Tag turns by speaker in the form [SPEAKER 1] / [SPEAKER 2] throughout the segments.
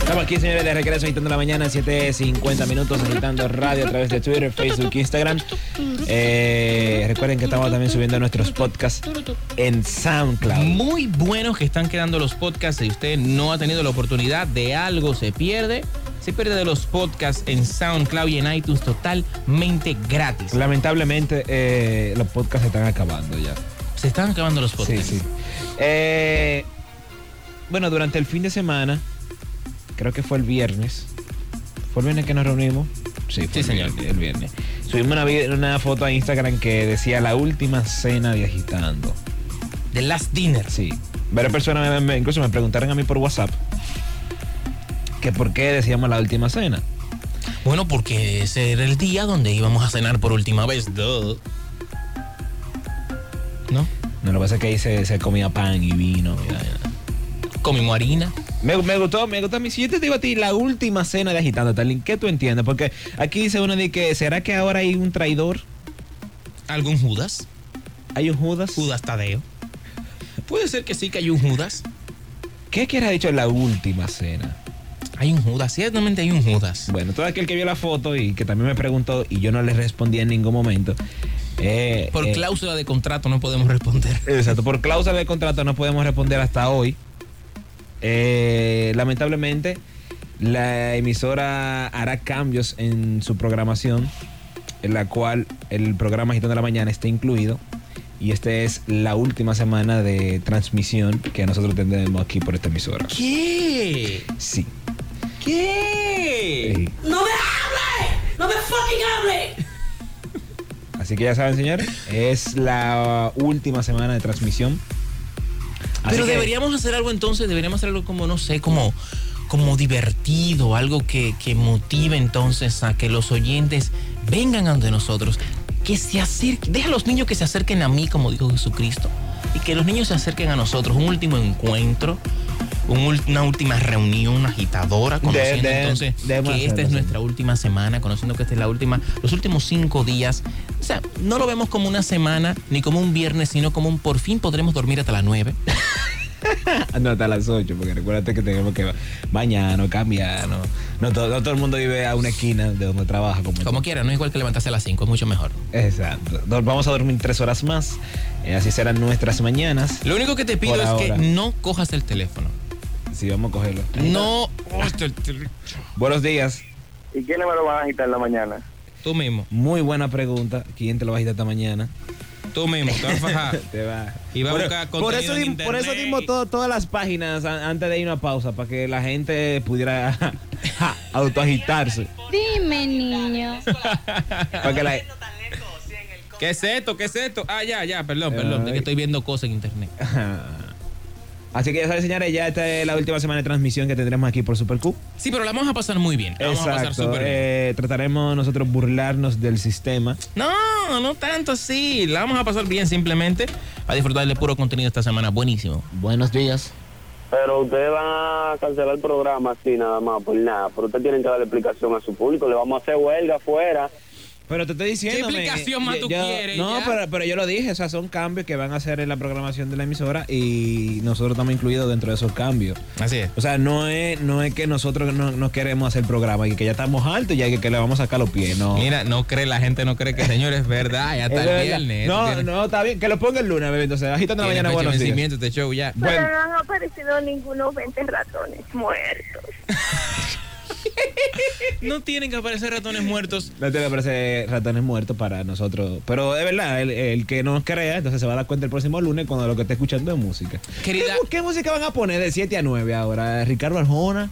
[SPEAKER 1] Estamos aquí, señores, de regreso agitando la mañana, 7.50 minutos, agitando radio a través de Twitter, Facebook, Instagram. Eh, recuerden que estamos también subiendo nuestros podcasts en SoundCloud.
[SPEAKER 2] Muy buenos que están quedando los podcasts. Si usted no ha tenido la oportunidad de algo, se pierde. Se pierde de los podcasts en SoundCloud y en iTunes totalmente gratis.
[SPEAKER 1] Lamentablemente, eh, los podcasts se están acabando ya.
[SPEAKER 2] Se están acabando los podcasts.
[SPEAKER 1] Sí, sí. Eh, bueno, durante el fin de semana, creo que fue el viernes. ¿Fue el viernes que nos reunimos? Sí, fue
[SPEAKER 2] Sí,
[SPEAKER 1] el
[SPEAKER 2] señor.
[SPEAKER 1] viernes, El viernes. Subimos una, vi- una foto a Instagram que decía la última cena de agitando.
[SPEAKER 2] The Last Dinner.
[SPEAKER 1] Sí. Varias personas me- me- incluso me preguntaron a mí por WhatsApp que por qué decíamos la última cena.
[SPEAKER 2] Bueno, porque ese era el día donde íbamos a cenar por última vez. Duh. ¿No?
[SPEAKER 1] No, lo que pasa es que ahí se, se comía pan y vino. y vaina.
[SPEAKER 2] Comimos harina.
[SPEAKER 1] Me, me gustó, me gustó. a mí. Si yo te digo a ti la última cena de agitando, Talín, ¿qué tú entiendes? Porque aquí dice uno de que, ¿será que ahora hay un traidor?
[SPEAKER 2] ¿Algún Judas?
[SPEAKER 1] ¿Hay un Judas?
[SPEAKER 2] Judas Tadeo. Puede ser que sí que hay un Judas.
[SPEAKER 1] ¿Qué quieres dicho la última cena?
[SPEAKER 2] Hay un Judas, ciertamente hay un Judas.
[SPEAKER 1] Bueno, todo aquel que vio la foto y que también me preguntó y yo no le respondí en ningún momento. eh,
[SPEAKER 2] Por
[SPEAKER 1] eh,
[SPEAKER 2] cláusula de contrato no podemos responder.
[SPEAKER 1] Exacto, por cláusula de contrato no podemos responder hasta hoy. Eh, lamentablemente, la emisora hará cambios en su programación, en la cual el programa Agitando de la Mañana está incluido. Y esta es la última semana de transmisión que nosotros tendremos aquí por esta emisora.
[SPEAKER 2] ¿Qué?
[SPEAKER 1] Sí. Eh,
[SPEAKER 2] ¿Qué?
[SPEAKER 1] sí.
[SPEAKER 3] ¡No me hable! ¡No me fucking hable!
[SPEAKER 1] Así que ya saben, señores, es la última semana de transmisión. Así
[SPEAKER 2] Pero
[SPEAKER 1] que-
[SPEAKER 2] deberíamos hacer algo entonces, deberíamos hacer algo como, no sé, como, como divertido, algo que, que motive entonces a que los oyentes vengan ante nosotros, que se acerquen, deja a los niños que se acerquen a mí, como dijo Jesucristo, y que los niños se acerquen a nosotros, un último encuentro. un ul- una última reunión agitadora, conociendo
[SPEAKER 1] de-
[SPEAKER 2] entonces
[SPEAKER 1] debemos
[SPEAKER 2] que esta
[SPEAKER 1] hacerlo,
[SPEAKER 2] es
[SPEAKER 1] sí.
[SPEAKER 2] nuestra última semana, conociendo que esta es la última, los últimos cinco días. O sea, no lo vemos como una semana ni como un viernes, sino como un por fin podremos dormir hasta las nueve.
[SPEAKER 1] Ah, No, hasta las 8, porque recuérdate que tenemos que bañarnos, cambiarnos. No todo, no todo el mundo vive a una esquina de donde trabaja. Como,
[SPEAKER 2] Como quiera, no es igual que levantarse a las cinco, es mucho mejor.
[SPEAKER 1] Exacto. Do- Vamos a dormir tres horas más. eh, así serán nuestras mañanas.
[SPEAKER 2] Lo único que te pido
[SPEAKER 1] Por
[SPEAKER 2] es
[SPEAKER 1] ahora.
[SPEAKER 2] que no cojas el teléfono.
[SPEAKER 1] Sí, vamos a cogerlo.
[SPEAKER 2] No. oh, este, Hostia, el tele-
[SPEAKER 1] Buenos días.
[SPEAKER 4] ¿Y quiénes me lo van a agitar en la mañana?
[SPEAKER 2] Tú mismo,
[SPEAKER 1] Muy buena pregunta. ¿Quién te lo va a agitar esta mañana?
[SPEAKER 2] tú mismo, te vas a fajar.
[SPEAKER 1] Te va.
[SPEAKER 2] Y va a buscar
[SPEAKER 1] por eso,
[SPEAKER 2] contenido en
[SPEAKER 1] dim- por eso
[SPEAKER 2] internet.
[SPEAKER 1] dimos todo- todas las páginas a- antes de ir a una pausa, para que la gente pudiera ja, autoagitarse.
[SPEAKER 5] Dime, niño.
[SPEAKER 1] Para que la,
[SPEAKER 2] ¿Qué es esto? ¿Qué es esto? Ah, ya, ya, perdón,
[SPEAKER 1] Ay.
[SPEAKER 2] perdón. Es que estoy viendo cosas en internet.
[SPEAKER 1] Así que ya saben, señores, ya esta es la última semana de transmisión que tendremos aquí por Super Q.
[SPEAKER 2] Sí, pero la vamos a pasar muy bien. La vamos a pasar
[SPEAKER 1] Exacto.
[SPEAKER 2] súper bien.
[SPEAKER 1] eh, trataremos nosotros burlarnos del sistema.
[SPEAKER 2] No, no tanto así. La vamos a pasar bien simplemente. A disfrutar del puro contenido esta semana. Buenísimo.
[SPEAKER 1] Buenos días.
[SPEAKER 4] Pero ustedes van a cancelar el programa así nada más, por nada. Pero ustedes tienen que darle explicación a su público. Le vamos a hacer huelga afuera.
[SPEAKER 1] Pero te estoy diciendo.
[SPEAKER 2] ¿Qué
[SPEAKER 1] men,
[SPEAKER 2] explicación más
[SPEAKER 1] yo-
[SPEAKER 2] tú
[SPEAKER 1] yo-
[SPEAKER 2] quieres,
[SPEAKER 1] No,
[SPEAKER 2] ya?
[SPEAKER 1] pero, pero yo lo dije, o sea, son cambios que van a hacer en la programación de la emisora y nosotros estamos incluidos dentro de esos cambios.
[SPEAKER 2] Así es.
[SPEAKER 1] O sea, no es, no es que nosotros no, no queremos hacer programa y que ya estamos altos y ya que, que le vamos a sacar los pies, no.
[SPEAKER 2] Mira, no cree, la gente no cree que señor es verdad. Ya
[SPEAKER 1] Es
[SPEAKER 2] está
[SPEAKER 1] verdad.
[SPEAKER 2] el viernes.
[SPEAKER 1] No,
[SPEAKER 2] Tiene-
[SPEAKER 1] no, está bien. Que lo ponga el lunes, bebé. Entonces, agitando la mañana,
[SPEAKER 2] tiene fecha de
[SPEAKER 1] buenos días.
[SPEAKER 2] vencimiento este show ya.
[SPEAKER 1] Bueno.
[SPEAKER 6] Pero no han aparecido ningunos 20 ratones muertos.
[SPEAKER 2] No tienen que aparecer ratones muertos.
[SPEAKER 1] No te parece ratones muertos para nosotros. Pero es verdad, el, el que nos crea, entonces se va a dar cuenta el próximo lunes cuando lo que esté escuchando es música.
[SPEAKER 2] Querida-
[SPEAKER 1] ¿Qué, mu- qué música van a poner de 7 a 9 ahora? ¿Ricardo Arjona?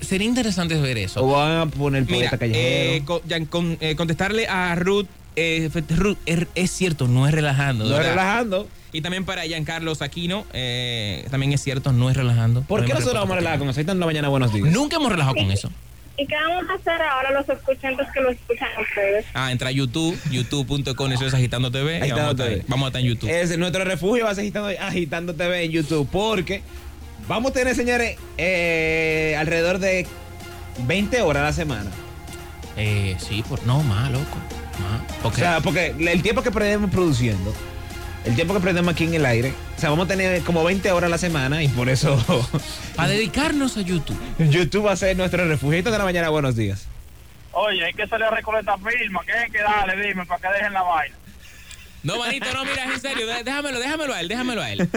[SPEAKER 2] Sería interesante ver eso.
[SPEAKER 1] ¿O van a poner
[SPEAKER 2] Mira,
[SPEAKER 1] poeta callejero?
[SPEAKER 2] eh, con- ya, con- eh, contestarle a Ruth. eh, fe- Ruth, er- es cierto, no es relajando.
[SPEAKER 1] no
[SPEAKER 2] ¿verdad?
[SPEAKER 1] relajando.
[SPEAKER 2] Y también para Giancarlo Aquino, eh, también es cierto, no es relajando.
[SPEAKER 1] ¿Por qué
[SPEAKER 2] Podemos
[SPEAKER 1] nosotros vamos a relajar con eso? Ahí está en la mañana, buenos días.
[SPEAKER 2] Nunca hemos relajado con eso.
[SPEAKER 6] ¿Y qué vamos a hacer ahora los escuchantes que lo escuchan ustedes?
[SPEAKER 2] Ah, entra a YouTube, youtube.com, eso es Agitando TV. y eh, vamos, a
[SPEAKER 1] Agitando
[SPEAKER 2] estar,
[SPEAKER 1] TV.
[SPEAKER 2] vamos a estar en YouTube.
[SPEAKER 1] Es nuestro refugio va a ser agitando, agitando TV en YouTube porque vamos a tener, señores, eh, alrededor de 20 horas a la semana.
[SPEAKER 2] Eh, sí, por, no, más, loco. más.
[SPEAKER 1] O sea, porque el tiempo que perdemos produciendo El tiempo que perdemos aquí en el aire. O sea, vamos a tener como 20 horas a la semana y por eso
[SPEAKER 2] Para dedicarnos a YouTube.
[SPEAKER 1] YouTube va a ser nuestro refugio. de la mañana, buenos días.
[SPEAKER 7] Oye, hay que salir a recolectar firmas, que hay que darle, dime, para que dejen la vaina.
[SPEAKER 2] No, manito, no, mira, es en serio. de- Déjamelo, déjamelo a él, déjamelo a él.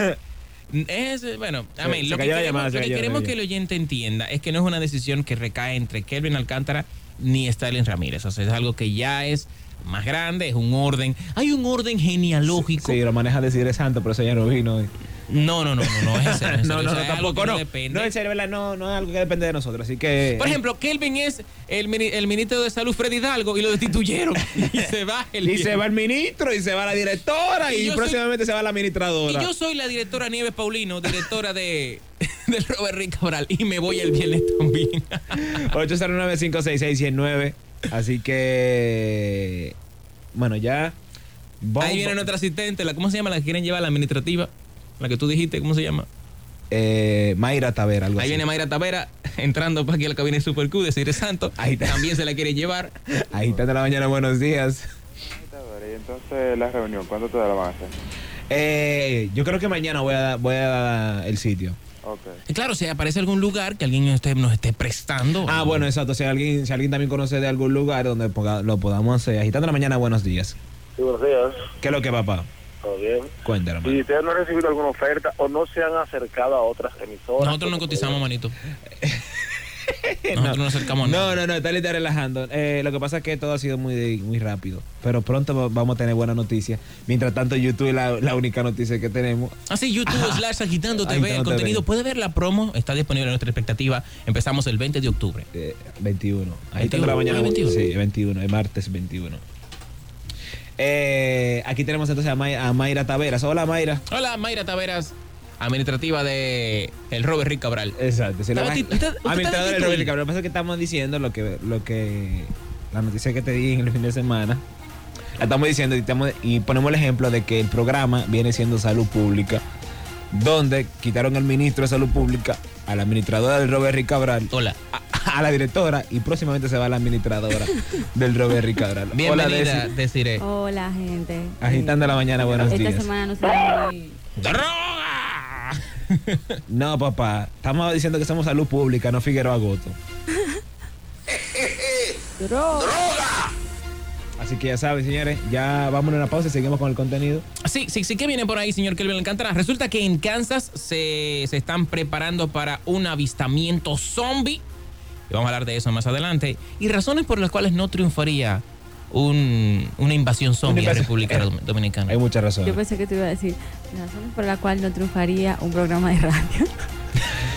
[SPEAKER 2] Es, bueno, a
[SPEAKER 1] Se-
[SPEAKER 2] mí,
[SPEAKER 1] se
[SPEAKER 2] lo que
[SPEAKER 1] cayó la
[SPEAKER 2] queremos,
[SPEAKER 1] llamada,
[SPEAKER 2] lo
[SPEAKER 1] se
[SPEAKER 2] que,
[SPEAKER 1] cayó la
[SPEAKER 2] queremos que el
[SPEAKER 1] llamada.
[SPEAKER 2] oyente entienda es que no es una decisión que recae entre Kelvin Alcántara ni Stalin Ramírez. O sea, es algo que ya es más grande, es un orden. Hay un orden genealógico.
[SPEAKER 1] Sí, lo maneja decir es santo, por eso ya no vino. hoy.
[SPEAKER 2] No, no, no, no, no es en serio, en serio.
[SPEAKER 1] eh. no, no, no,
[SPEAKER 2] O sea, es algo
[SPEAKER 1] tampoco
[SPEAKER 2] que
[SPEAKER 1] no.
[SPEAKER 2] depende.
[SPEAKER 1] No, en serio, ¿verdad? No, no es algo que depende de nosotros, así que...
[SPEAKER 2] Por ejemplo, Kelvin es el, mini- el ministro de Salud Freddy Hidalgo y lo destituyeron. y se va el
[SPEAKER 1] Y se
[SPEAKER 2] viejo.
[SPEAKER 1] va el ministro, y se va la directora,
[SPEAKER 2] Y
[SPEAKER 1] y,
[SPEAKER 2] yo soy-
[SPEAKER 1] próximamente se va la
[SPEAKER 2] Y
[SPEAKER 1] administradora.
[SPEAKER 2] yo soy la directora Nieves Paulino, directora de, del Robert Rick Cabral. Y me voy el viernes también.
[SPEAKER 1] 809-566-109. Así que... Bueno, ya... vamos-
[SPEAKER 2] Ahí viene nuestra asistente, la, ¿cómo se llama? La que quieren llevar, la administrativa. La que tú dijiste, ¿cómo se llama?
[SPEAKER 1] Eh, Mayra Tavera, algo
[SPEAKER 2] Ahí
[SPEAKER 1] así.
[SPEAKER 2] viene Mayra Tavera entrando para aquí a la cabina de Super Q de Cire Santo.
[SPEAKER 1] Ahí está.
[SPEAKER 2] También se la quieren llevar.
[SPEAKER 1] Ahí está de la mañana, buenos días.
[SPEAKER 8] Entonces, la reunión, ¿cuándo te la van a hacer?
[SPEAKER 1] Eh, yo creo que mañana voy a, dar- voy a dar el sitio.
[SPEAKER 8] Ok.
[SPEAKER 2] Y Claro, si aparece algún lugar que alguien nos esté, nos esté prestando.
[SPEAKER 1] Ah, bueno, exacto. Si alguien, si alguien también conoce de algún lugar donde ponga- lo podamos hacer. Agitando la mañana, buenos días.
[SPEAKER 4] Sí, buenos días.
[SPEAKER 1] ¿Qué es lo que, papá?
[SPEAKER 4] Todo bien.
[SPEAKER 1] Cuéntame.
[SPEAKER 4] Si ustedes no han recibido alguna oferta o no se han acercado a otras emisoras.
[SPEAKER 2] Nosotros no cotizamos, manito. Nosotros no nos acercamos a nada.
[SPEAKER 1] No, no, no, está está relajando. Eh, lo que pasa es que todo ha sido muy, muy rápido. Pero pronto va- vamos a tener buenas noticias. Mientras tanto, YouTube es la, la única noticia que tenemos.
[SPEAKER 2] Así Ah, YouTube slash Agitando TV,
[SPEAKER 1] Agitando
[SPEAKER 2] el contenido.
[SPEAKER 1] TV.
[SPEAKER 2] Puede ver la promo, está disponible en nuestra expectativa. Empezamos el 20 de octubre.
[SPEAKER 1] Eh, 21. Ahí está
[SPEAKER 2] 21.
[SPEAKER 1] la mañana.
[SPEAKER 2] Ah, 21.
[SPEAKER 1] Sí, 21. Es martes 21. Eh, aquí tenemos entonces a, May- a Mayra Taveras. Hola, Mayra.
[SPEAKER 2] Hola, Mayra Taveras, administrativa de el Robert Rick Cabral.
[SPEAKER 1] Exacto. Sí, la
[SPEAKER 2] Estaba
[SPEAKER 1] ma-
[SPEAKER 2] ti- usted- usted estaba
[SPEAKER 1] Administradora del
[SPEAKER 2] titular.
[SPEAKER 1] Robert Cabral. Lo que pasa es que estamos diciendo lo que, lo que. La noticia que te di en el fin de semana. La estamos diciendo y, estamos- y ponemos el ejemplo de que el programa viene siendo salud pública. Donde quitaron al ministro de salud pública, a la administradora del Robert Rick Cabral,
[SPEAKER 2] Hola.
[SPEAKER 1] a, a la directora y próximamente se va la administradora del Robert Rick Cabral. Hola,
[SPEAKER 2] Bienvenida,
[SPEAKER 1] Desi.
[SPEAKER 2] deciré.
[SPEAKER 5] Hola, gente. Eh,
[SPEAKER 1] Agitando la mañana, buenos
[SPEAKER 5] Esta
[SPEAKER 1] días.
[SPEAKER 5] semana no se va
[SPEAKER 2] ¡Droga!
[SPEAKER 1] No, papá, estamos diciendo que somos salud pública, no Figueroa Goto. Así que ya saben, señores, ya vámonos a una pausa y seguimos con el contenido.
[SPEAKER 2] Sí, sí, sí, que viene por ahí, señor Kelvin Alcántara. Resulta que en Kansas se, se están preparando para un avistamiento zombie. Y vamos a hablar de eso más adelante. Y razones por las cuales no triunfaría un- una invasión zombie en
[SPEAKER 1] invasión.
[SPEAKER 2] República Dom- Dominicana.
[SPEAKER 1] Hay muchas
[SPEAKER 5] Yo pues-
[SPEAKER 1] razones.
[SPEAKER 5] pensé que te iba a decir la razón por la cual no triunfaría un programa de radio.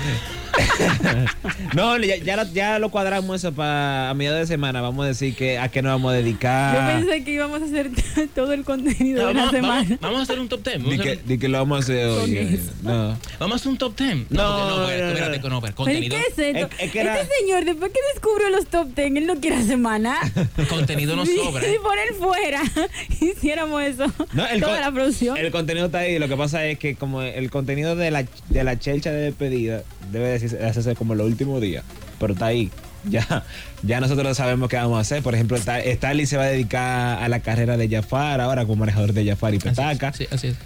[SPEAKER 1] No, ya, ya, lo, ya lo cuadramos eso para a mediados de semana. Vamos a decir que a qué nos vamos a dedicar.
[SPEAKER 5] Yo pensé que íbamos a hacer todo el
[SPEAKER 2] No,
[SPEAKER 5] contenido de la
[SPEAKER 2] vamos, vamos-
[SPEAKER 5] semana.
[SPEAKER 2] vamos a hacer un top 10. Vamos,
[SPEAKER 1] Di
[SPEAKER 2] a
[SPEAKER 1] que,
[SPEAKER 2] hacer
[SPEAKER 1] di que lo vamos a hacer hoy.
[SPEAKER 5] Con
[SPEAKER 1] eh,
[SPEAKER 5] eso.
[SPEAKER 1] No.
[SPEAKER 2] vamos a hacer un top 10.
[SPEAKER 1] No,
[SPEAKER 2] porque
[SPEAKER 1] no,
[SPEAKER 2] espérate,
[SPEAKER 1] no, no.
[SPEAKER 2] espérate, que no, espérate.
[SPEAKER 5] ¿Pero ¿y
[SPEAKER 2] Contenido,
[SPEAKER 5] qué es esto?
[SPEAKER 1] Es- es que era-
[SPEAKER 5] Este señor, después que descubrió los top ten, él no quiere semana.
[SPEAKER 2] contenido no sobra. ¿eh?
[SPEAKER 5] Si por él fuera, hiciéramos eso.
[SPEAKER 1] No, el
[SPEAKER 5] toda
[SPEAKER 1] con-
[SPEAKER 5] la producción.
[SPEAKER 1] El contenido está ahí. Lo que pasa es que como el contenido de la, de la chelcha de despedida debe decirse- hacerse como el último día. Pero está ahí. Ya, ya nosotros sabemos qué vamos a hacer. Por ejemplo, Sta- Stanley se va a dedicar a la carrera de Jafar ahora como manejador de Jafar y Petaca.
[SPEAKER 2] Sí, así es.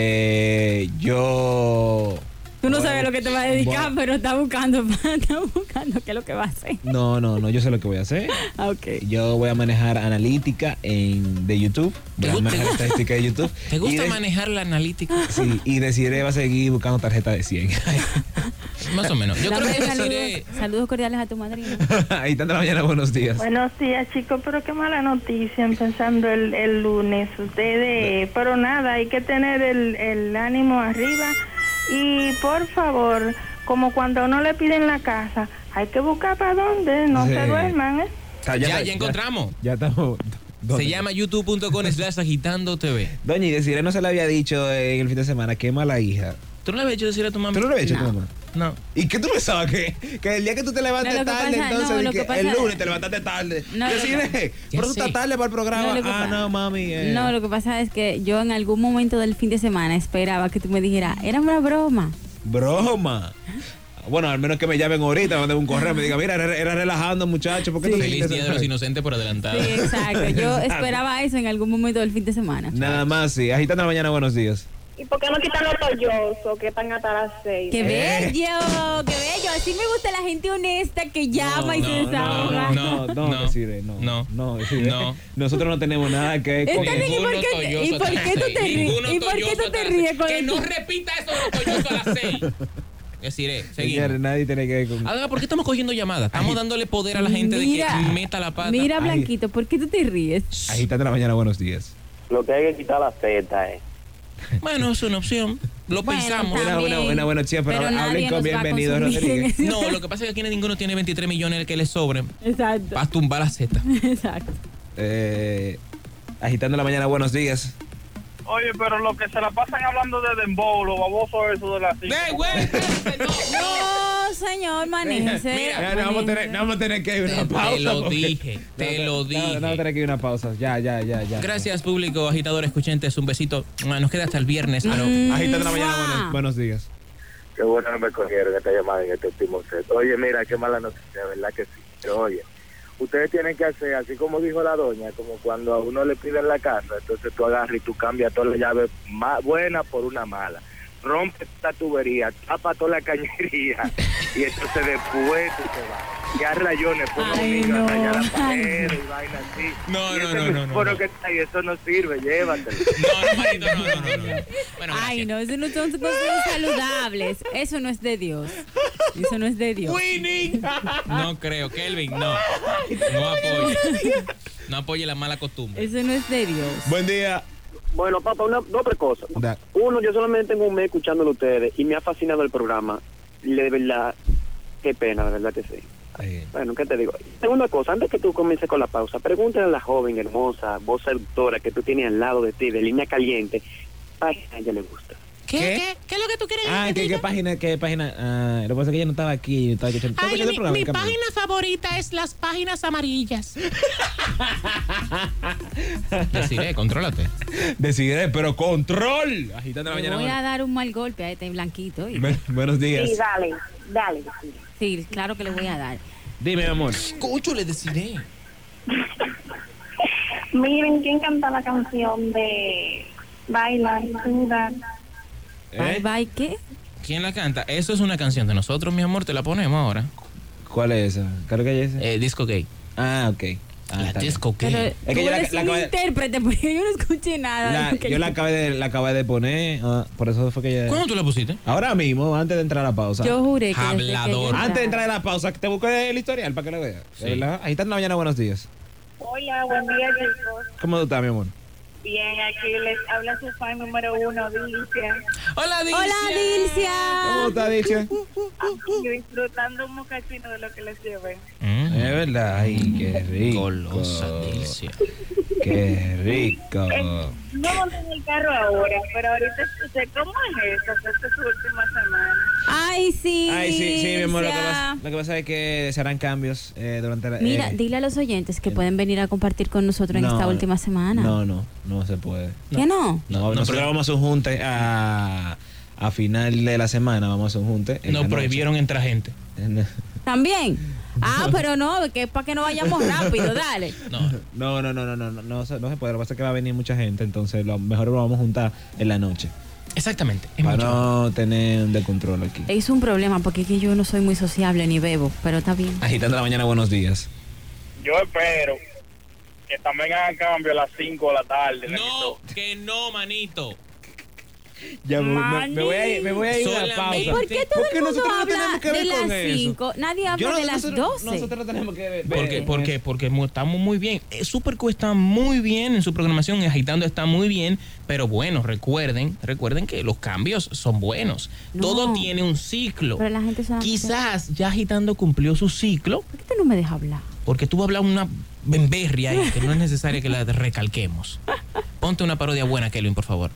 [SPEAKER 1] Eh, yo...
[SPEAKER 5] Tú no
[SPEAKER 1] Bueno,
[SPEAKER 5] sabes lo que te vas a dedicar,
[SPEAKER 1] bueno.
[SPEAKER 5] pero está buscando, está buscando qué es lo que va a hacer.
[SPEAKER 1] No, no, no, yo sé lo que voy a hacer.
[SPEAKER 5] Ah, ok.
[SPEAKER 1] Yo voy a manejar analítica en, de YouTube. Voy
[SPEAKER 2] ¿Te
[SPEAKER 1] a
[SPEAKER 2] gu-
[SPEAKER 1] manejar
[SPEAKER 2] te gu-
[SPEAKER 1] estadística de YouTube.
[SPEAKER 2] ¿Te
[SPEAKER 1] Y
[SPEAKER 2] gusta
[SPEAKER 1] de-
[SPEAKER 2] manejar la analítica?
[SPEAKER 1] Sí, y decidiré va a seguir buscando tarjeta de 100.
[SPEAKER 2] Más o menos. Yo
[SPEAKER 5] La
[SPEAKER 2] creo
[SPEAKER 5] madre,
[SPEAKER 2] que deciré.
[SPEAKER 5] saludos, saludos cordiales a tu madrina.
[SPEAKER 1] Ahí está en la mañana, buenos días.
[SPEAKER 6] Buenos días, chicos, pero qué mala noticia empezando el, el lunes. Ustedes, pero nada, hay que tener el, el ánimo arriba. Y por favor, como cuando a uno le piden la casa, hay que buscar para dónde, no
[SPEAKER 1] Sí.
[SPEAKER 6] se duerman, ¿eh?
[SPEAKER 1] O sea,
[SPEAKER 2] Ya- ya encontramos.
[SPEAKER 1] Ya, estamos. ¿dónde?
[SPEAKER 2] Se llama youtube.com slash agitando TV.
[SPEAKER 1] Doña, y deciré no se le había dicho en el fin de semana, qué mala hija.
[SPEAKER 2] ¿Tú no le habías hecho decir a tu mamá?
[SPEAKER 1] ¿Tú no lo habías hecho, tu mamá?
[SPEAKER 2] No.
[SPEAKER 1] ¿Y qué tú pensabas? Que, que el día que tú te levantes
[SPEAKER 5] No, lo que
[SPEAKER 1] tarde,
[SPEAKER 5] pasa-
[SPEAKER 1] entonces,
[SPEAKER 5] no,
[SPEAKER 1] y
[SPEAKER 5] lo
[SPEAKER 1] que
[SPEAKER 5] que pasa-
[SPEAKER 1] el lunes te levantaste tarde.
[SPEAKER 5] No, lo que
[SPEAKER 1] Deciré,
[SPEAKER 5] pasa-
[SPEAKER 1] pero
[SPEAKER 2] Ya
[SPEAKER 1] tú
[SPEAKER 2] sé.
[SPEAKER 1] estás tarde para el programa.
[SPEAKER 5] No, lo que
[SPEAKER 1] ah,
[SPEAKER 5] pasa-
[SPEAKER 1] no, mami. eh.
[SPEAKER 5] No, lo que pasa es que yo en algún momento del fin de semana esperaba que tú me dijeras, era una broma.
[SPEAKER 1] Broma. Bueno, al menos que me llamen ahorita, manden un correo, me digan, mira, era, era relajando, muchachos, porque no
[SPEAKER 2] Feliz
[SPEAKER 1] hiciste
[SPEAKER 2] Día de
[SPEAKER 1] eso?"
[SPEAKER 2] los Inocentes por adelantado.
[SPEAKER 5] Sí, exacto. Yo esperaba eso en algún momento del fin de semana.
[SPEAKER 1] Nada más, sí. Agitando la mañana, buenos días.
[SPEAKER 9] ¿Y por qué no quitan los tollosos que están hasta las seis?
[SPEAKER 5] ¡Qué
[SPEAKER 1] Eh.
[SPEAKER 5] bello! ¡Qué bello! Así me gusta la gente honesta que llama y se
[SPEAKER 2] no,
[SPEAKER 5] desahoga.
[SPEAKER 1] No, no, no,
[SPEAKER 2] no,
[SPEAKER 1] Desiree, no,
[SPEAKER 2] no,
[SPEAKER 1] no, Desiree.
[SPEAKER 2] no.
[SPEAKER 1] Nosotros no tenemos nada que ver con
[SPEAKER 5] Está bien, ¿y por
[SPEAKER 2] Ninguno
[SPEAKER 5] qué-
[SPEAKER 2] tolloso
[SPEAKER 5] y por
[SPEAKER 2] hasta
[SPEAKER 5] qué tú
[SPEAKER 2] las
[SPEAKER 5] te
[SPEAKER 2] seis.
[SPEAKER 5] ríes?
[SPEAKER 2] Ninguno
[SPEAKER 5] ¿Y por qué
[SPEAKER 2] tolloso
[SPEAKER 5] tú te
[SPEAKER 2] hasta las
[SPEAKER 5] ríes
[SPEAKER 2] seis.
[SPEAKER 5] cuando
[SPEAKER 2] Que
[SPEAKER 5] tú-
[SPEAKER 2] no repita eso de los tollosos a las seis. Deciré,
[SPEAKER 1] Señores,
[SPEAKER 2] seguimos.
[SPEAKER 1] nadie tiene que ver con
[SPEAKER 2] Ahora, ¿por qué estamos cogiendo llamadas? Estamos dándole poder a la gente de que meta la pata.
[SPEAKER 5] Mira,
[SPEAKER 1] Ay.
[SPEAKER 5] Blanquito, ¿por qué tú te ríes?
[SPEAKER 1] Agitando la mañana, buenos días.
[SPEAKER 4] Lo que hay que quitar la Z, eh.
[SPEAKER 2] Bueno, es una opción. Lo
[SPEAKER 5] Bueno,
[SPEAKER 2] pensamos.
[SPEAKER 5] está
[SPEAKER 1] Una, una,
[SPEAKER 5] bien,
[SPEAKER 1] una buena chica, pero, hablen
[SPEAKER 5] nadie
[SPEAKER 1] con
[SPEAKER 5] nos va a
[SPEAKER 1] bienvenido,
[SPEAKER 5] consumir en
[SPEAKER 1] Rodríguez.
[SPEAKER 5] ese-
[SPEAKER 2] No, lo que pasa es que aquí ninguno tiene 23 millones que le sobren.
[SPEAKER 5] Exacto.
[SPEAKER 2] Vas a tumbar la Z.
[SPEAKER 5] Exacto.
[SPEAKER 1] Eh, agitando la mañana, buenos días.
[SPEAKER 7] Oye, pero lo que se la pasan hablando de Dembow, lo baboso eso de la silla.
[SPEAKER 2] ¡Ey, güey! espérate, no, no.
[SPEAKER 5] No, señor, manéjese.
[SPEAKER 2] mira,
[SPEAKER 1] no, vamos a tener, no vamos a tener que ir una pausa.
[SPEAKER 2] Te lo
[SPEAKER 1] porque-
[SPEAKER 2] dije, te
[SPEAKER 1] No,
[SPEAKER 2] lo
[SPEAKER 1] no, No, no vamos a
[SPEAKER 2] dije.
[SPEAKER 1] tener que ir una pausa. Ya, ya, ya, ya.
[SPEAKER 2] Gracias, público, agitador, escuchentes. Un besito. Ah, Nos queda hasta el viernes. pero-
[SPEAKER 1] Agitando la mañana,
[SPEAKER 5] Mua.
[SPEAKER 1] buenos, buenos días.
[SPEAKER 4] Qué bueno no me cogieron esta llamada en este último set. Oye, mira, qué mala noticia, de ¿verdad que sí? Pero, oye, ustedes tienen que hacer, así como dijo la doña, como cuando a uno le piden la casa, entonces tú agarras y tú cambias todas las llaves más buenas por una mala. Rompe esta tubería, tapa toda la cañería y entonces después tú te vas. Ya rayones pues, por los
[SPEAKER 5] Ay,
[SPEAKER 4] niños a rayar
[SPEAKER 5] no.
[SPEAKER 4] la pared y vaina así.
[SPEAKER 2] No,
[SPEAKER 4] y
[SPEAKER 2] no,
[SPEAKER 4] ese
[SPEAKER 2] no, no, no,
[SPEAKER 4] micrófono
[SPEAKER 2] no.
[SPEAKER 4] que está ahí, eso no sirve, llévatelo.
[SPEAKER 2] No, no, manito, no, no, no, no. Bueno,
[SPEAKER 5] Ay,
[SPEAKER 2] gracias.
[SPEAKER 5] no, eso no son cosas saludables. Eso no es de Dios. Eso no es de Dios.
[SPEAKER 2] Winning. No creo, Kelvin, no. No apoye. No apoye la mala costumbre.
[SPEAKER 5] Eso no es de Dios.
[SPEAKER 1] Buen día.
[SPEAKER 4] Bueno, papá, una, otra cosa.
[SPEAKER 1] Da.
[SPEAKER 4] Uno, yo solamente tengo un mes escuchándolo a ustedes y me ha fascinado el programa. De verdad, qué pena, de verdad que sí.
[SPEAKER 1] Ay,
[SPEAKER 4] Bueno, ¿qué te digo? Segunda cosa, antes que tú comiences con la pausa, pregúntale a la joven, hermosa, voz seductora que tú tienes al lado de ti, de línea caliente, ay, a ella le gusta.
[SPEAKER 1] ¿Qué? ¿Qué?
[SPEAKER 2] es lo que tú quieres
[SPEAKER 1] Ah, ¿qué, qué página? ¿Qué página? Ah, lo que pasa es que ella no estaba aquí. yo Estaba escuchando, estaba escuchando el programa, en cambio.
[SPEAKER 2] favorita es las páginas amarillas. Deciré, contrólate.
[SPEAKER 1] Decidiré, pero control. Agitando la
[SPEAKER 5] Le
[SPEAKER 1] mañana.
[SPEAKER 5] voy a
[SPEAKER 1] bueno.
[SPEAKER 5] dar un mal golpe a este blanquito. y-
[SPEAKER 1] Bu- Buenos días.
[SPEAKER 9] Sí, dale, dale.
[SPEAKER 5] Sí, claro que le voy a dar.
[SPEAKER 1] Dime, mi amor.
[SPEAKER 2] Cocho, le deciré.
[SPEAKER 9] Miren, ¿quién canta la canción de Baila y Suda?
[SPEAKER 5] Bye,
[SPEAKER 1] ¿Eh?
[SPEAKER 5] bye, ¿qué?
[SPEAKER 2] ¿Quién la canta? Eso es una canción de nosotros, mi amor. Te la ponemos ahora.
[SPEAKER 1] ¿Cuál es esa? ¿Claro que es esa?
[SPEAKER 2] Eh, disco gay.
[SPEAKER 1] Ah, ok. Ah,
[SPEAKER 2] la
[SPEAKER 1] está bien.
[SPEAKER 2] disco
[SPEAKER 5] Pero
[SPEAKER 2] gay.
[SPEAKER 1] que
[SPEAKER 5] tú
[SPEAKER 1] yo la-
[SPEAKER 5] eres
[SPEAKER 1] la
[SPEAKER 5] un
[SPEAKER 1] acabé-
[SPEAKER 5] intérprete porque yo no escuché nada. de
[SPEAKER 1] La-
[SPEAKER 5] lo que
[SPEAKER 1] yo la acabé, de, la acabé de poner. ah, por eso fue que ella.
[SPEAKER 2] ¿Cuándo tú la pusiste?
[SPEAKER 1] Ahora mismo, antes de entrar a la pausa.
[SPEAKER 5] Yo juré que. desde que yo
[SPEAKER 2] Hablador.
[SPEAKER 5] entrara-
[SPEAKER 1] Antes de entrar a la pausa, te busco el historial para que lo veas.
[SPEAKER 2] Sí.
[SPEAKER 1] ¿Verdad? Ahí está en la mañana, buenos días.
[SPEAKER 9] Hola, buen día, chicos.
[SPEAKER 1] ¿Cómo tú estás, mi amor?
[SPEAKER 9] Bien, aquí les habla su fan número uno, Delicia.
[SPEAKER 2] Hola, Dilcia.
[SPEAKER 5] Hola, Dilcia.
[SPEAKER 1] ¿Cómo tú estás, Dicha?
[SPEAKER 9] Yo disfrutando un mocachino de lo que les lleven.
[SPEAKER 1] Es
[SPEAKER 2] Mm.
[SPEAKER 1] verdad, ay, qué rico.
[SPEAKER 2] Golosa, Dilcia.
[SPEAKER 1] Qué rico.
[SPEAKER 9] No monté en el carro ahora, pero ahorita escuché cómo es eso, Pues, esta es su última semana.
[SPEAKER 5] Ay, sí.
[SPEAKER 1] Ay, sí, sí, mi amor, lo que
[SPEAKER 5] Dilcia.
[SPEAKER 1] pasa, lo que pasa es que se harán cambios eh, durante la...
[SPEAKER 5] Mira,
[SPEAKER 1] eh,
[SPEAKER 5] dile a los oyentes que pueden venir a compartir con nosotros en
[SPEAKER 1] no,
[SPEAKER 5] esta última semana.
[SPEAKER 1] No, no, no se puede.
[SPEAKER 5] ¿Qué no?
[SPEAKER 1] No,
[SPEAKER 2] No,
[SPEAKER 1] nosotros
[SPEAKER 2] pero-
[SPEAKER 1] vamos a un junte a, a final de la semana, vamos a hacer un junte. en la
[SPEAKER 2] Nos
[SPEAKER 1] noche.
[SPEAKER 2] prohibieron entrar gente.
[SPEAKER 5] ¿También? Ah, pero no, que es para que no vayamos rápido, dale.
[SPEAKER 2] No.
[SPEAKER 1] No, no, no, no, no, no, no, se- no se puede. Lo que pasa es que va a venir mucha gente, entonces lo mejor lo vamos a juntar en la noche.
[SPEAKER 2] Exactamente. Es
[SPEAKER 1] Para
[SPEAKER 2] mucho.
[SPEAKER 1] no tener un descontrol aquí.
[SPEAKER 5] Es un problema porque es que yo no soy muy sociable ni bebo, pero está bien.
[SPEAKER 1] Agitando la mañana, buenos días.
[SPEAKER 7] Yo espero que también hagan cambio a las 5 de la tarde.
[SPEAKER 2] No, que no, manito.
[SPEAKER 1] Ya me, me- me voy a ir, me voy a ir a la
[SPEAKER 2] Solamente-
[SPEAKER 1] pausa.
[SPEAKER 5] ¿Por qué todo
[SPEAKER 1] Porque
[SPEAKER 5] el mundo
[SPEAKER 1] nosotros no
[SPEAKER 5] habla
[SPEAKER 1] tenemos que
[SPEAKER 5] de
[SPEAKER 1] ver con
[SPEAKER 5] las
[SPEAKER 1] eso.
[SPEAKER 5] 5? Nadie habla
[SPEAKER 1] Yo no-
[SPEAKER 5] de las
[SPEAKER 1] nosotros-
[SPEAKER 5] 12.
[SPEAKER 1] Nosotros tenemos que ver.
[SPEAKER 2] Porque,
[SPEAKER 1] ver-
[SPEAKER 2] porque, porque mu- estamos muy bien. Eh, Superco está muy bien en su programación, agitando está muy bien, pero bueno, recuerden, recuerden que los cambios son buenos.
[SPEAKER 5] No.
[SPEAKER 2] Todo tiene un ciclo.
[SPEAKER 5] Pero la gente sabe.
[SPEAKER 2] Quizás ya agitando cumplió su ciclo,
[SPEAKER 5] ¿Por qué tú no me dejas hablar?
[SPEAKER 2] porque tú hablas una bemberria ahí que no es necesario que la recalquemos. Ponte una parodia buena, Kelvin, por favor.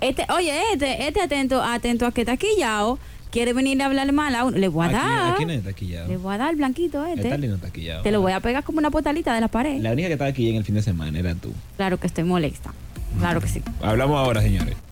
[SPEAKER 5] Este, oye, este, este atento, atento a que está quillao, quiere venir a hablar mal a uno. Le voy a
[SPEAKER 1] Aquí,
[SPEAKER 5] dar.
[SPEAKER 1] aquí no está taquillado.
[SPEAKER 5] Le voy a dar blanquito a
[SPEAKER 1] Está
[SPEAKER 5] este.
[SPEAKER 1] lindo taquillado.
[SPEAKER 5] Te lo voy a pegar como una potalita de la pared.
[SPEAKER 1] La única que estaba aquí en el fin de semana era tú.
[SPEAKER 5] Claro que estoy molesta. Claro que sí.
[SPEAKER 1] Hablamos ahora, señores.